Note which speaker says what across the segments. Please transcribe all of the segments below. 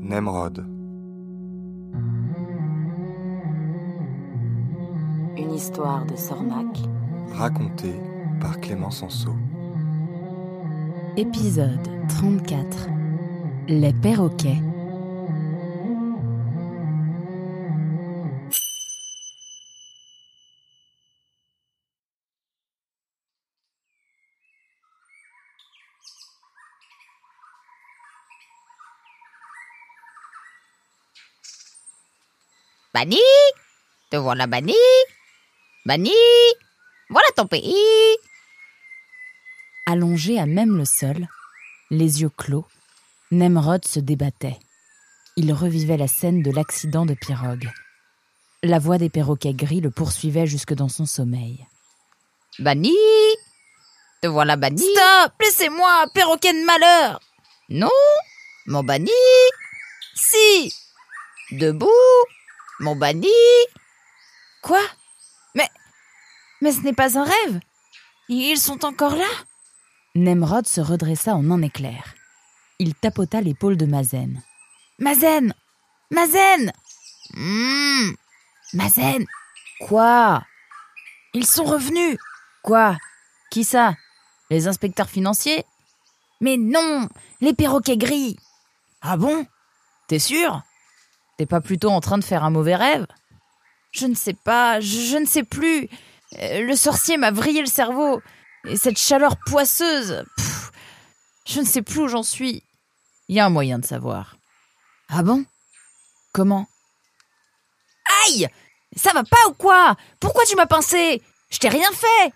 Speaker 1: Nemrod.
Speaker 2: Une histoire de Sornac.
Speaker 1: Racontée par Clément Sanso.
Speaker 3: Épisode 34. Les perroquets.
Speaker 4: Bani Te voilà banni Bani Voilà ton pays
Speaker 3: Allongé à même le sol, les yeux clos, Nemrod se débattait. Il revivait la scène de l'accident de pirogue. La voix des perroquets gris le poursuivait jusque dans son sommeil.
Speaker 4: Bani Te voilà banni
Speaker 5: Stop Laissez-moi, perroquet de malheur
Speaker 4: Non Mon banni
Speaker 5: Si
Speaker 4: Debout Mon banni
Speaker 5: Quoi Mais. Mais ce n'est pas un rêve Ils sont encore là
Speaker 3: Nemrod se redressa en un éclair. Il tapota l'épaule de Mazen.
Speaker 5: Mazen Mazen Hmm
Speaker 4: Hum
Speaker 5: Mazen
Speaker 3: Quoi
Speaker 5: Ils sont revenus
Speaker 3: Quoi Qui ça Les inspecteurs financiers
Speaker 5: Mais non Les perroquets gris Ah bon T'es sûr
Speaker 3: T'es pas plutôt en train de faire un mauvais rêve
Speaker 5: Je ne sais pas, je, je ne sais plus. Euh, Le sorcier m'a vrillé le cerveau. Et cette chaleur poisseuse. pff, je ne sais plus où j'en suis.
Speaker 3: Y a un moyen de savoir.
Speaker 5: Ah bon
Speaker 3: Comment
Speaker 5: Aïe Ça va pas ou quoi Pourquoi tu m'as pincé Je t'ai rien fait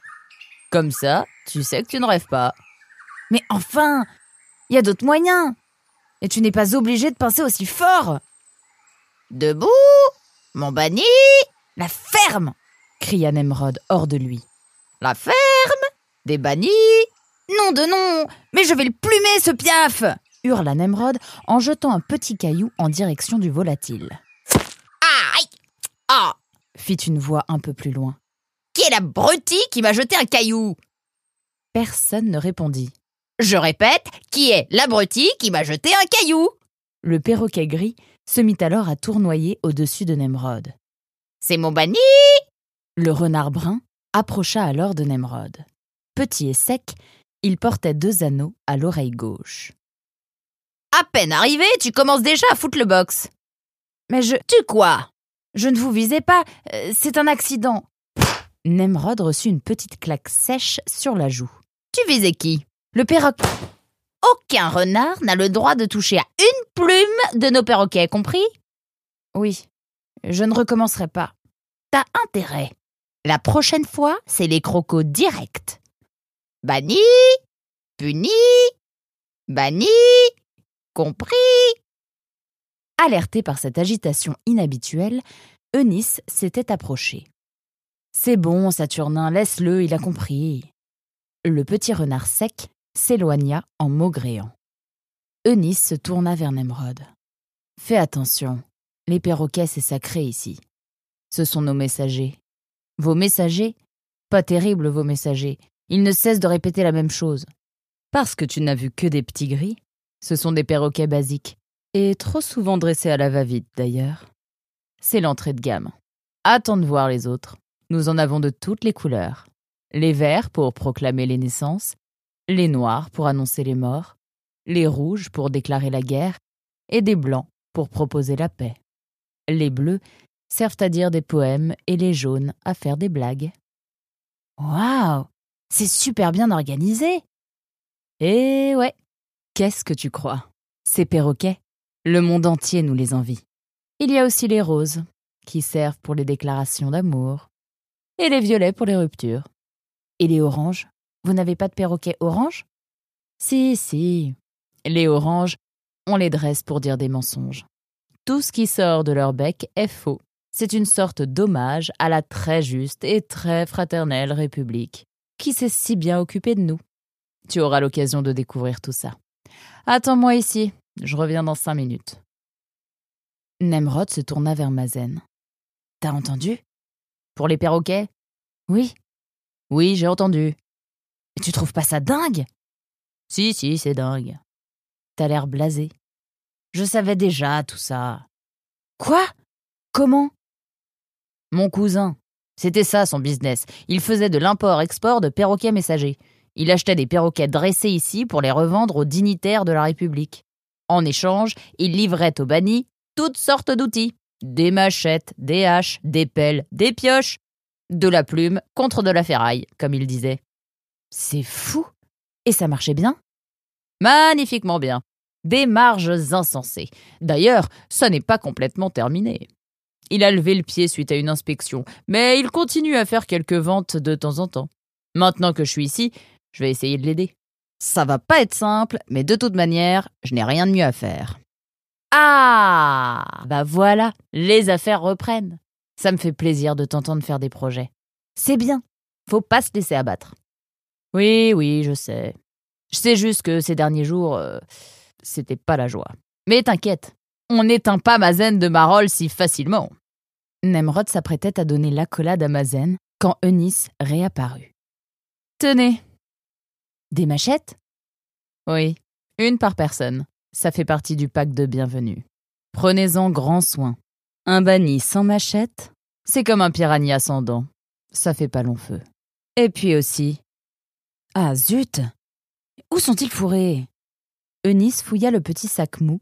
Speaker 3: Comme ça, tu sais que tu ne rêves pas.
Speaker 5: Mais enfin Il y a d'autres moyens Et tu n'es pas obligé de pincer aussi fort
Speaker 4: Debout Mon banni
Speaker 5: La ferme
Speaker 3: Cria Nemrod hors de lui.
Speaker 4: La ferme Des bannis
Speaker 5: Non de non Mais je vais le plumer, ce piaf
Speaker 3: Hurla Nemrod en jetant un petit caillou en direction du volatile.
Speaker 4: Aïe Ah
Speaker 3: Fit une voix un peu plus loin.
Speaker 4: Qui est la brutie qui m'a jeté un caillou
Speaker 3: Personne ne répondit.
Speaker 4: Je répète, qui est l'abruti qui m'a jeté un caillou
Speaker 3: Le perroquet gris se mit alors à tournoyer au-dessus de Nemrod.
Speaker 4: C'est mon banni
Speaker 3: Le renard brun approcha alors de Nemrod. Petit et sec, il portait deux anneaux à l'oreille gauche.
Speaker 4: À peine arrivé, tu commences déjà à foutre le box.
Speaker 5: Mais je...
Speaker 4: Tu quoi
Speaker 5: Je ne vous visais pas euh, C'est un accident
Speaker 3: Nemrod reçut une petite claque sèche sur la joue.
Speaker 4: Tu visais qui
Speaker 3: Le perroquet.
Speaker 4: Aucun renard n'a le droit de toucher à une plume de nos perroquets, compris
Speaker 3: Oui, je ne recommencerai pas.
Speaker 4: T'as intérêt. La prochaine fois, c'est les crocos directs. Banni, puni, banni, compris.
Speaker 3: Alerté par cette agitation inhabituelle, Eunice s'était approchée. C'est bon, Saturnin, laisse-le, il a compris. Le petit renard sec s'éloigna en maugréant. Eunice se tourna vers Nemrod. Fais attention, les perroquets, c'est sacré ici. Ce sont nos messagers. Vos messagers Pas terribles, vos messagers. Ils ne cessent de répéter la même chose. Parce que tu n'as vu que des petits gris, ce sont des perroquets basiques. Et trop souvent dressés à la va-vite, d'ailleurs. C'est l'entrée de gamme. Attends de voir les autres. Nous en avons de toutes les couleurs. Les verts pour proclamer les naissances, les noirs pour annoncer les morts, les rouges pour déclarer la guerre, et des blancs pour proposer la paix. Les bleus servent à dire des poèmes et les jaunes à faire des blagues.
Speaker 5: Waouh C'est super bien organisé
Speaker 3: Eh ouais Qu'est-ce que tu crois Ces perroquets, le monde entier nous les envie. Il y a aussi les roses, qui servent pour les déclarations d'amour, et les violets pour les ruptures. Et les oranges Vous n'avez pas de perroquets orange Si, si. Les oranges, on les dresse pour dire des mensonges. Tout ce qui sort de leur bec est faux. C'est une sorte d'hommage à la très juste et très fraternelle République, qui s'est si bien occupée de nous. Tu auras l'occasion de découvrir tout ça. Attends-moi ici, je reviens dans cinq minutes. Nemrod se tourna vers Mazen.
Speaker 5: T'as entendu
Speaker 3: Pour les perroquets
Speaker 5: Oui.
Speaker 3: Oui, j'ai entendu.
Speaker 5: Mais tu trouves pas ça dingue
Speaker 3: Si, si, c'est dingue. T'as l'air blasé. Je savais déjà tout ça.
Speaker 5: Quoi
Speaker 3: Comment Mon cousin. C'était ça son business. Il faisait de l'import-export de perroquets messagers. Il achetait des perroquets dressés ici pour les revendre aux dignitaires de la République. En échange, il livrait aux bannis toutes sortes d'outils. Des machettes, des haches, des pelles, des pioches. De la plume contre de la ferraille, comme il disait.
Speaker 5: C'est fou.
Speaker 3: Et ça marchait bien Magnifiquement bien. Des marges insensées. D'ailleurs, ça n'est pas complètement terminé. Il a levé le pied suite à une inspection, mais il continue à faire quelques ventes de temps en temps. Maintenant que je suis ici, je vais essayer de l'aider. Ça va pas être simple, mais de toute manière, je n'ai rien de mieux à faire.
Speaker 4: Ah
Speaker 3: Bah voilà, les affaires reprennent. Ça me fait plaisir de t'entendre faire des projets. C'est bien. Faut pas se laisser abattre. Oui, oui, je sais. Je sais juste que ces derniers jours, euh, c'était pas la joie. Mais t'inquiète, on n'éteint pas Mazen de Marolles si facilement. Nemrod s'apprêtait à donner l'accolade à Mazen quand Eunice réapparut. Tenez. Des machettes Oui, une par personne. Ça fait partie du pack de bienvenue. Prenez-en grand soin. Un banni sans machette, c'est comme un piranha sans dents. Ça fait pas long feu. Et puis aussi.
Speaker 5: Ah zut Où sont-ils fourrés
Speaker 3: Eunice fouilla le petit sac mou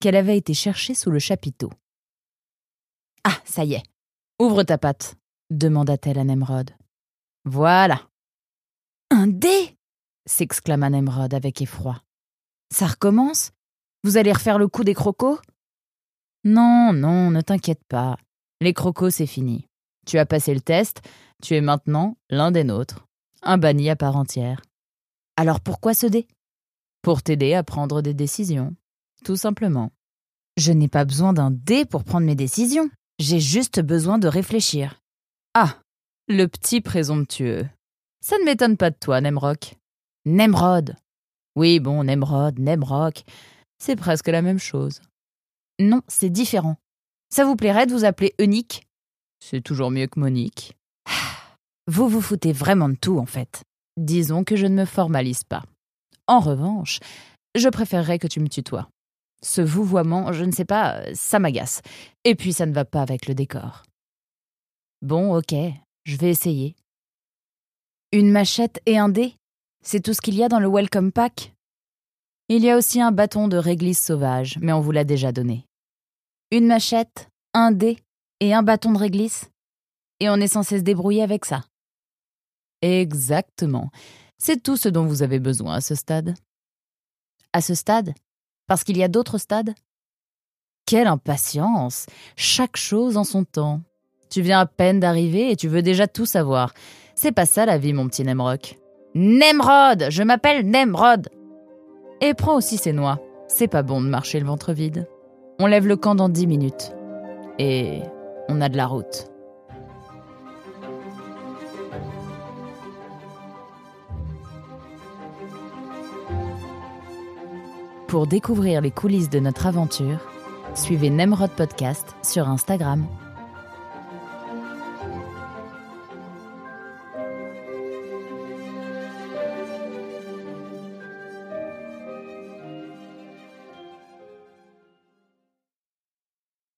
Speaker 3: qu'elle avait été chercher sous le chapiteau. Ah, ça y est. Ouvre ta patte, demanda-t-elle à Nemrod. Voilà,
Speaker 5: Un dé
Speaker 3: s'exclama Nemrod avec effroi. Ça recommence Vous allez refaire le coup des crocos Non, non, ne t'inquiète pas. Les crocos, c'est fini. Tu as passé le test, tu es maintenant l'un des nôtres. Un banni à part entière.
Speaker 5: Alors pourquoi ce dé
Speaker 3: Pour t'aider à prendre des décisions. Tout simplement. Je n'ai pas besoin d'un dé pour prendre mes décisions.
Speaker 5: J'ai juste besoin de réfléchir.
Speaker 3: Ah Le petit présomptueux. Ça ne m'étonne pas de toi, Nemrock. Nemrod. Oui, bon, Nemrod, Nemrock, c'est presque la même chose. Non, c'est différent. Ça vous plairait de vous appeler Eunique C'est toujours mieux que Monique.
Speaker 5: Vous vous foutez vraiment de tout en fait.
Speaker 3: Disons que je ne me formalise pas. En revanche, je préférerais que tu me tutoies. Ce vouvoiement, je ne sais pas, ça m'agace. Et puis ça ne va pas avec le décor. Bon, ok, je vais essayer.
Speaker 5: Une machette et un dé C'est tout ce qu'il y a dans le welcome pack
Speaker 3: Il y a aussi un bâton de réglisse sauvage, mais on vous l'a déjà donné.
Speaker 5: Une machette, un dé et un bâton de réglisse Et on est censé se débrouiller avec ça.
Speaker 3: Exactement. C'est tout ce dont vous avez besoin à ce stade.
Speaker 5: À ce stade Parce qu'il y a d'autres stades
Speaker 3: Quelle impatience Chaque chose en son temps. Tu viens à peine d'arriver et tu veux déjà tout savoir. C'est pas ça la vie, mon petit Nemrock.
Speaker 4: Nemrod Je m'appelle Nemrod
Speaker 3: Et prends aussi ces noix. C'est pas bon de marcher le ventre vide. On lève le camp dans dix minutes. Et on a de la route. Pour découvrir les coulisses de notre aventure, suivez Nemrod Podcast sur Instagram.